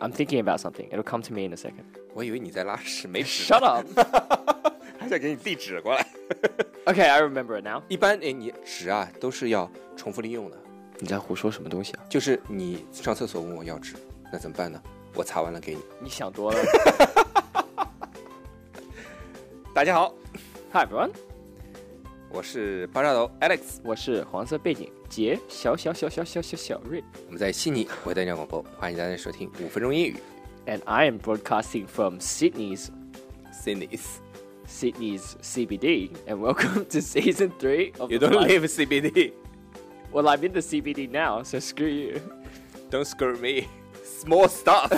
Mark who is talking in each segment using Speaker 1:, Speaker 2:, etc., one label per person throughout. Speaker 1: I'm thinking about something. It'll come to me in a second.
Speaker 2: 我以为你在拉屎，没屎，
Speaker 1: Shut up.
Speaker 2: 还想给你递纸过来。
Speaker 1: okay, I remember it now.
Speaker 2: 一般哎，你纸啊都是要重复利用的，
Speaker 1: 你在胡说什么东西啊？
Speaker 2: 就是你上厕所问我要纸，那怎么办呢？我擦完了给你。
Speaker 1: 你想多了。
Speaker 2: 大家好，
Speaker 1: Hi everyone，
Speaker 2: 我是爆炸头 Alex，
Speaker 1: 我是黄色背景杰小小小小小小小瑞
Speaker 2: 我们在悉尼维多利亚广播，欢迎大家收听五分钟英语
Speaker 1: ，and I am broadcasting from Sydney's
Speaker 2: Sydney's。
Speaker 1: Sydney's CBD, and welcome to season three of.
Speaker 2: You
Speaker 1: the
Speaker 2: don't
Speaker 1: Five-
Speaker 2: live CBD,
Speaker 1: Well, I'm in the CBD now, so screw you.
Speaker 2: don't screw me. Small stuff 。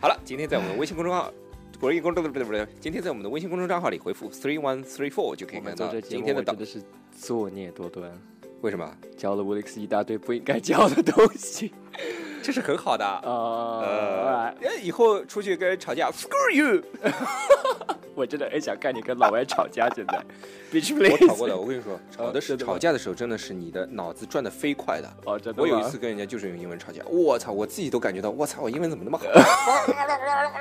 Speaker 2: 好了，今天在我们的微信公众号。国内公众不对不对，今天在我们的微信公众账号里回复 three one three four 就可以
Speaker 1: 我们
Speaker 2: 看
Speaker 1: 做
Speaker 2: 到
Speaker 1: 这节
Speaker 2: 今
Speaker 1: 目
Speaker 2: 天的
Speaker 1: 我
Speaker 2: 导
Speaker 1: 真的是作孽多端，
Speaker 2: 为什么？
Speaker 1: 教了 Alex 一大堆不应该教的东西。
Speaker 2: 这是很好的啊。
Speaker 1: 呃
Speaker 2: 呃，，以后出去跟人吵架，screw you，
Speaker 1: 我真的很想看你跟老外吵架，现 在。Bitch
Speaker 2: 我吵
Speaker 1: please。
Speaker 2: 过的。我跟你说，吵的是
Speaker 1: 真的吗
Speaker 2: 吵架的时候，真的是你的脑子转的飞快的。
Speaker 1: 哦，真的
Speaker 2: 我有一
Speaker 1: 吗
Speaker 2: 次跟人家就是用英文吵架，我操，我自己都感觉到，我操，我英文怎么那么好？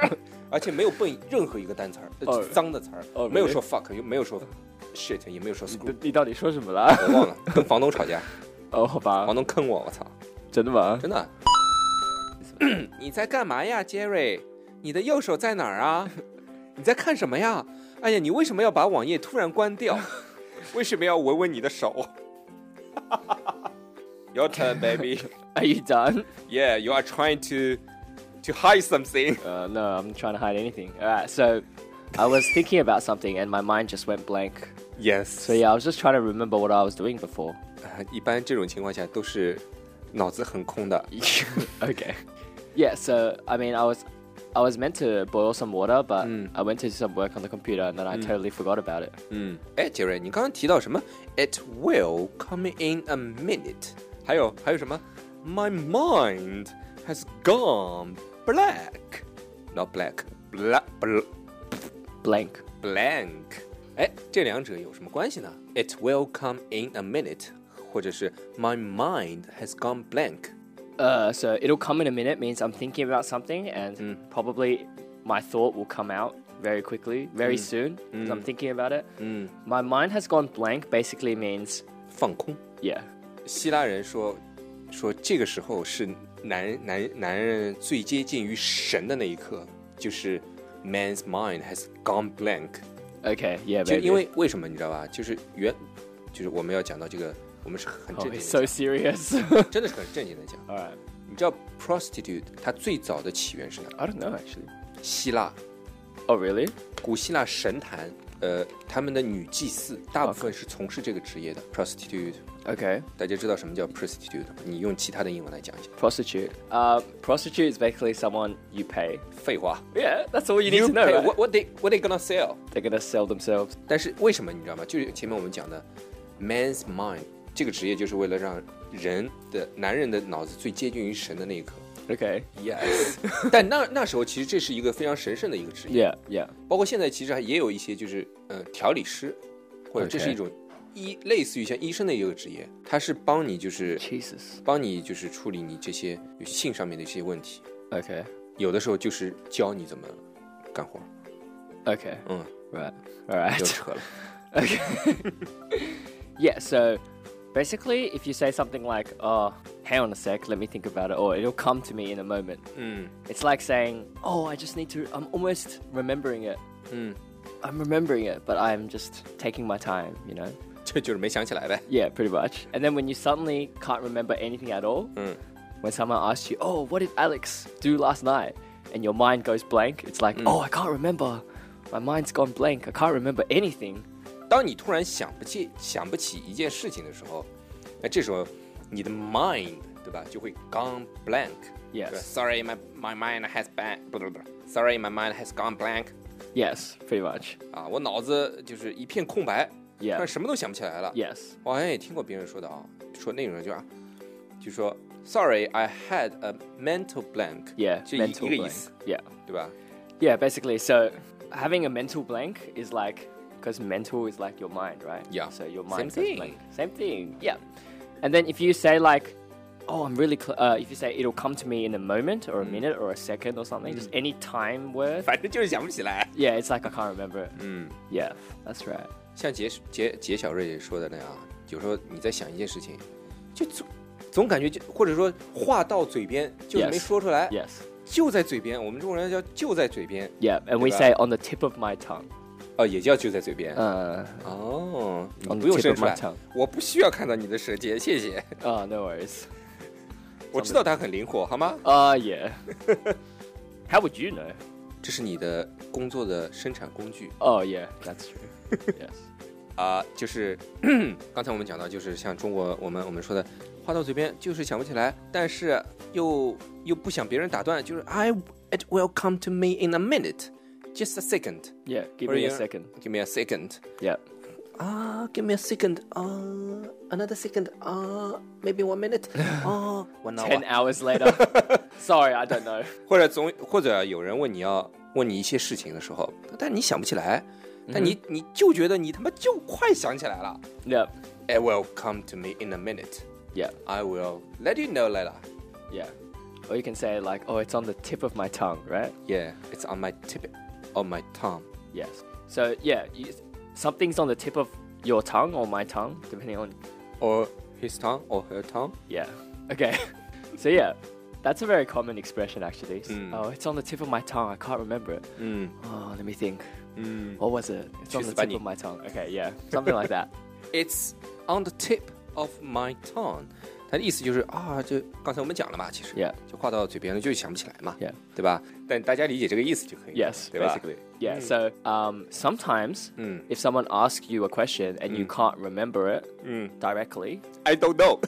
Speaker 2: 而且没有蹦任何一个单词
Speaker 1: 哦
Speaker 2: 儿，呃脏的词儿，
Speaker 1: 哦
Speaker 2: 没有
Speaker 1: really？
Speaker 2: 说 fuck，也没有说 shit，也没有说 screw，
Speaker 1: 你你到底说什么了？
Speaker 2: 我忘了。跟房东吵架，
Speaker 1: 哦，好吧
Speaker 2: 房，东坑我，我操，
Speaker 1: 真 的吗？
Speaker 2: 真的。你在干嘛呀，Jerry？你的右手在哪儿啊？你在看什么呀？哎呀，你为什么要把网页突然关掉？ 为什么要闻闻你的手 ？Your turn, baby.
Speaker 1: Are you done?
Speaker 2: Yeah, you are trying to to hide something.
Speaker 1: Uh, no, I'm trying to hide anything. Alright, so I was thinking about something and my mind just went blank.
Speaker 2: Yes. 呃
Speaker 1: So yeah, I was just trying to remember what I was doing before.
Speaker 2: 一般这种情况下都是脑子很空的。
Speaker 1: okay. Yeah, so I mean, I was I was meant to boil some water, but
Speaker 2: Mm.
Speaker 1: I went to do some work on the computer and then
Speaker 2: Hmm.
Speaker 1: I totally forgot about it.
Speaker 2: 嗯，哎，杰瑞，你刚刚提到什么？It will come in a minute。还有还有什么？My mind has gone black。Not black, black, bl-
Speaker 1: Blank.
Speaker 2: blank。哎，这两者有什么关系呢？It will come in a minute，或者是 My mind has gone blank。
Speaker 1: Uh, so it'll come in a minute means I'm thinking about something and
Speaker 2: Mm.
Speaker 1: probably my thought will come out very quickly, very soon, because I'm thinking about it.
Speaker 2: 嗯，
Speaker 1: My mind has gone blank basically means,
Speaker 2: 放空。
Speaker 1: yeah,
Speaker 2: 希腊人说说这个时候是男男男人最接近于神的那一刻，就是 man's mind has gone blank。
Speaker 1: okay, yeah,
Speaker 2: 就
Speaker 1: baby.
Speaker 2: 因为为什么你知道吧？就是原就是我们要讲到这个，我们是很
Speaker 1: oh,
Speaker 2: 正经
Speaker 1: he's
Speaker 2: 的
Speaker 1: so serious.
Speaker 2: 讲，真的是很正经的讲。
Speaker 1: All right.
Speaker 2: 你知道 prostitute 它最早的起源是哪？
Speaker 1: I don't know actually.
Speaker 2: 希腊
Speaker 1: Oh, really?
Speaker 2: 古希腊神坛，呃，他们的女祭祀大部分是从事这个职业的 prostitute。
Speaker 1: Okay.
Speaker 2: 大家知道什么叫 prostitute？吗你用其他的英文来讲一下。
Speaker 1: Prostitute. Uh, prostitute is basically someone you pay.
Speaker 2: 废话。
Speaker 1: Yeah, that's all you need
Speaker 2: You
Speaker 1: to know.
Speaker 2: pay-
Speaker 1: right?
Speaker 2: what what they what they gonna sell？
Speaker 1: They're gonna sell themselves.
Speaker 2: 但是为什么你知道吗？就是前面我们讲的，man's mind 这个职业就是为了让人的男人的脑子最接近于神的那一刻。
Speaker 1: Okay.
Speaker 2: Yes，但 那那时候其实这是一个非常神圣的一个职业，
Speaker 1: Yeah, yeah.
Speaker 2: 包括现在其实还也有一些就是呃调理师，或者
Speaker 1: OK
Speaker 2: 这是一种医类似于像医生的一个职业，他是帮你就是
Speaker 1: Jesus.
Speaker 2: 帮你就是处理你这些性上面的一些问题，
Speaker 1: Okay.
Speaker 2: 有的时候就是教你怎么干活，
Speaker 1: Okay.
Speaker 2: 嗯，
Speaker 1: Right. All right.
Speaker 2: 又扯了。
Speaker 1: Yeah, so basically, if you say something like, oh, hang on a sec, let me think about it, or it'll come to me in a moment,
Speaker 2: 嗯
Speaker 1: it's like saying, oh, I just need to, I'm almost remembering it.
Speaker 2: 嗯，
Speaker 1: I'm remembering it, but I'm just taking my time, you know?
Speaker 2: 这就是没想起来呗。
Speaker 1: Yeah, pretty much. And then when you suddenly can't remember anything at all,
Speaker 2: Mm.
Speaker 1: when someone asks you, oh, what did Alex do last night? and your mind goes blank, it's like, oh, I can't remember. My mind's gone blank. I can't remember anything.
Speaker 2: 当你突然想不起想不起一件事情的时候，那这时候你的 mind 对吧就会 gone blank。
Speaker 1: Yes.
Speaker 2: 对吧 Sorry, my my mind has blank. 不不不，Sorry, my mind has gone blank.
Speaker 1: Yes, pretty much.
Speaker 2: 啊，我脑子就是一片空白，突
Speaker 1: Yeah.
Speaker 2: 然什么都想不起来了。
Speaker 1: Yes.
Speaker 2: 我好像也听过别人说的啊，说那种人就啊，就说 Sorry, I had a mental blank.
Speaker 1: Yeah.
Speaker 2: 就一
Speaker 1: Mental
Speaker 2: 一个意
Speaker 1: blank.
Speaker 2: 思，
Speaker 1: Yeah.
Speaker 2: 对吧？
Speaker 1: Yeah. Basically, so having a mental blank is like because mental is like your mind, right?
Speaker 2: Yeah.
Speaker 1: So your
Speaker 2: Same
Speaker 1: mind. goes
Speaker 2: thing.
Speaker 1: blank. Same thing. Yeah. And then if you say like, oh, I'm really, cl-, uh, if you say it'll come to me in a moment
Speaker 2: Mm.
Speaker 1: or a minute or a second or something, just any time word.
Speaker 2: 反正就是想不起来。
Speaker 1: Yeah, it's like I can't remember it.
Speaker 2: Mm.
Speaker 1: Yeah, that's right.
Speaker 2: 像杰杰杰小瑞说的那样，有时候你在想一件事情，就总总感觉就或者说话到嘴边就是没
Speaker 1: Yes.
Speaker 2: 说出来
Speaker 1: Yes.
Speaker 2: 就在嘴边。我们中国人叫就在嘴边，
Speaker 1: Yeah, and we
Speaker 2: Goodbye.
Speaker 1: say on the tip of my tongue.
Speaker 2: 哦，也叫就在嘴边。
Speaker 1: Uh,
Speaker 2: 哦，你
Speaker 1: On the
Speaker 2: 不用
Speaker 1: tip
Speaker 2: 伸
Speaker 1: of
Speaker 2: 出
Speaker 1: my
Speaker 2: 来
Speaker 1: tongue.，
Speaker 2: 我不需要看到你的舌尖，谢谢。
Speaker 1: oh, no worries.
Speaker 2: 我知道它很灵活，好吗？
Speaker 1: Uh, yeah. How would you know?
Speaker 2: 这是你的工作的生产工具
Speaker 1: Oh, yeah, that's true. yes.
Speaker 2: 啊、就是刚才我们讲到，就是像中国我们我们说的，话到嘴边就是想不起来，但是又又不想别人打断，就是 I it will come to me in a minute, just a second,
Speaker 1: Yeah, give
Speaker 2: Or
Speaker 1: me a
Speaker 2: you're-
Speaker 1: second.
Speaker 2: give me a second.
Speaker 1: Yeah.
Speaker 2: 啊、g i v e me a second. 啊、another second. 啊、maybe one minute. 啊、one hour.
Speaker 1: Ten hours later. Sorry, I don't know.
Speaker 2: 或者总或者有人问你要问你一些事情的时候，但你想不起来，但
Speaker 1: 嗯
Speaker 2: 你、你就觉得你他妈就快想起来了。
Speaker 1: Yeah.
Speaker 2: It will come to me in a minute.
Speaker 1: Yeah.
Speaker 2: I will let you know later.
Speaker 1: Yeah. Or you can say like, oh, it's on the tip of my tongue, right?
Speaker 2: Yeah, it's on my tip of my tongue.
Speaker 1: Yes. So yeah, you, something's on the tip of your tongue or my tongue, depending on
Speaker 2: Or his tongue or her tongue.
Speaker 1: Yeah. Okay. so yeah, that's a very common expression actually. S-
Speaker 2: Mm.
Speaker 1: Oh, it's on the tip of my tongue. I can't remember it.
Speaker 2: 嗯
Speaker 1: Oh, let me think.
Speaker 2: 嗯
Speaker 1: What was it? It's on
Speaker 2: Choose
Speaker 1: the
Speaker 2: the
Speaker 1: tip
Speaker 2: bunny.
Speaker 1: of my tongue. Okay, yeah, something like that.
Speaker 2: ，It's on the tip of my tongue. 它的意思就是啊，就刚才我们讲了嘛，其实
Speaker 1: Yeah.
Speaker 2: 就话到嘴边了，就是想不起来嘛
Speaker 1: Yeah.
Speaker 2: 对吧？但大家理解这个意思就可以了
Speaker 1: Yes,
Speaker 2: 对吧
Speaker 1: basically. Yeah. So um, sometimes
Speaker 2: Mm.
Speaker 1: if someone asks you a question and you can't remember it directly,
Speaker 2: I don't know 。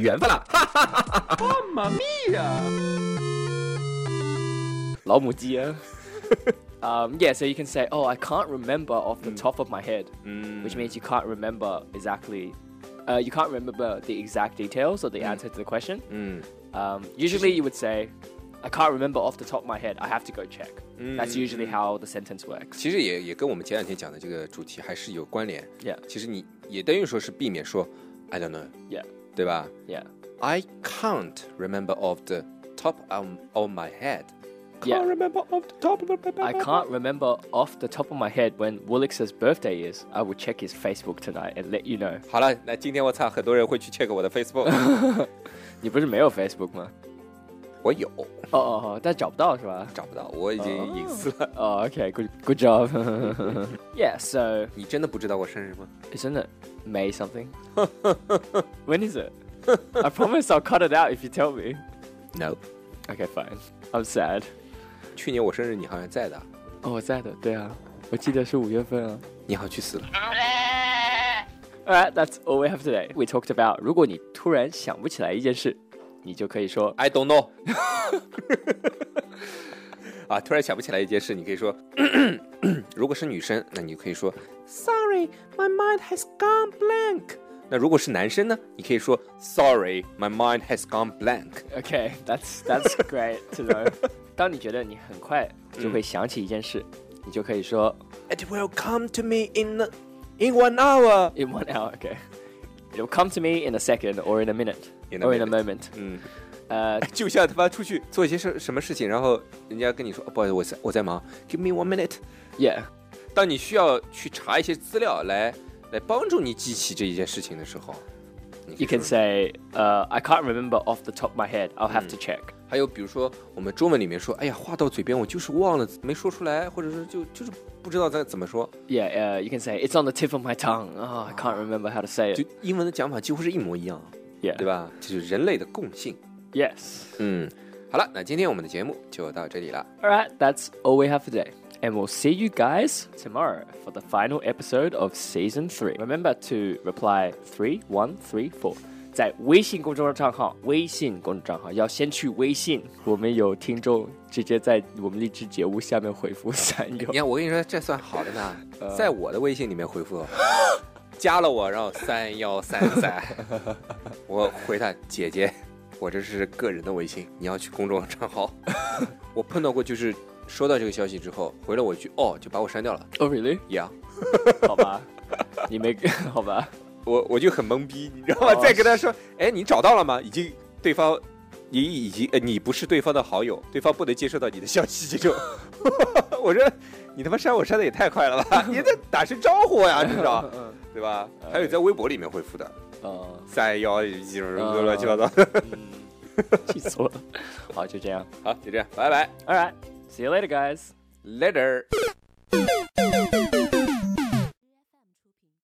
Speaker 2: 缘分了。
Speaker 1: 老母鸡啊。um, yeah, so you can say, oh, I can't remember off the top of my head, which means you can't remember exactly. Uh, you can't remember the exact details or the answer to the question. Um, usually, you would say, "I can't remember off the top of my head. I have to go check." That's usually how the sentence works.
Speaker 2: 其实也也跟我们前两天讲的这个主题还是有关联。
Speaker 1: Yeah.
Speaker 2: 其实你也等于说是避免说 I don't know，
Speaker 1: Yeah,
Speaker 2: 对吧
Speaker 1: yeah,
Speaker 2: ？I can't remember off the top of, of my head。
Speaker 1: yeah.
Speaker 2: remember off the top of my
Speaker 1: I can't remember off the top of my head when Woolix's birthday is. I will check his Facebook tonight and let you know.
Speaker 2: 好了，那今天我操，很多人会去 check 我的 Facebook，
Speaker 1: 你不是没有 Facebook 吗？
Speaker 2: 我有，
Speaker 1: Oh, 哦哦哦，但找不到是吧？
Speaker 2: 找不到，我已经隐私了。
Speaker 1: Oh, okay. Good, good job. yeah. So,
Speaker 2: 你真的不知道我生日吗？
Speaker 1: isn't it May something? when is it? I promise I'll cut it out if you tell me.
Speaker 2: No，
Speaker 1: Okay, fine. I'm sad.
Speaker 2: 去年我生日你好像在的，
Speaker 1: 哦，我在的，对啊，我记得是五月份啊。
Speaker 2: 你好去死了。
Speaker 1: Alright, that's all we have today. We talked about 如果你突然想不起来一件事，你就可以说
Speaker 2: I don't know 。啊，突然想不起来一件事，你可以说， 如果是女生，那你可以说 Sorry, my mind has gone blank。那如果是男生呢，你可以说 Sorry, my mind has gone blank。
Speaker 1: Okay, that's that's great to know. 当你觉得你很快就会想起一件事，你就可以说
Speaker 2: It will come to me in a, in one hour。
Speaker 1: in one hour. Okay, it'll come to me in a second or in a minute
Speaker 2: In a
Speaker 1: or in a
Speaker 2: minute. Mm.
Speaker 1: moment.
Speaker 2: 嗯
Speaker 1: 呃，
Speaker 2: 就像他妈出去做一些事什么事情，然后人家跟你说，哦、不好意思，我在我在忙，Give me one minute。
Speaker 1: yeah，
Speaker 2: 当你需要去查一些资料来来帮助你记起这一件事情的时候，你
Speaker 1: you
Speaker 2: 说
Speaker 1: can say, uh, I can't remember off the top of my head. I'll have to
Speaker 2: Mm.
Speaker 1: check.
Speaker 2: 还有比如说我们中文里面说，哎呀，话到嘴边我就是忘了，没说出来，或者是就就是不知道该怎么说，
Speaker 1: Yeah, uh, you can say, it's on the tip of my tongue. Oh, I
Speaker 2: Ah.
Speaker 1: can't remember how to say
Speaker 2: 就
Speaker 1: it.
Speaker 2: 英文的讲法几乎是一模一样，
Speaker 1: Yeah.
Speaker 2: 对吧？这就是人类的共性。
Speaker 1: Yes.
Speaker 2: 嗯，好了，那今天我们的节目就到这里了。
Speaker 1: All right, that's all we have for today. And we'll see you guys tomorrow for the final episode of season three. Remember to reply 3134. 在微信公众账号，微信公众账号要先去微信。我们有听众直接在我们励志节目下面回复三
Speaker 2: 你
Speaker 1: 幺，
Speaker 2: 看，我跟你说，这算好的呢，在我的微信里面回复， 加了我，然后三幺三三，我回他姐姐，我这是个人的微信，你要去公众账号。 我碰到过，就是收到这个消息之后，回了我一句哦，就把我删掉了。啊
Speaker 1: Oh really？
Speaker 2: 呀、
Speaker 1: 好吧，你没 好吧？
Speaker 2: 我我就很懵逼，你知道吗？
Speaker 1: 哦
Speaker 2: 再跟他说，哎，你找到了吗？已经对方，你已经呃，你不是对方的好友，对方不能接收到你的消息， 这种。 我说你他妈删我删的也太快了 吧？你得打声招呼呀，至少，
Speaker 1: 嗯
Speaker 2: 对吧？
Speaker 1: 哎
Speaker 2: 还有在微博里面回复的
Speaker 1: 呃，
Speaker 2: 三幺一什么
Speaker 1: 嗯
Speaker 2: 乱七八糟的。
Speaker 1: 记错了。好，就这样。
Speaker 2: 好，就这样，拜拜
Speaker 1: All right, see you later, guys.
Speaker 2: ，later。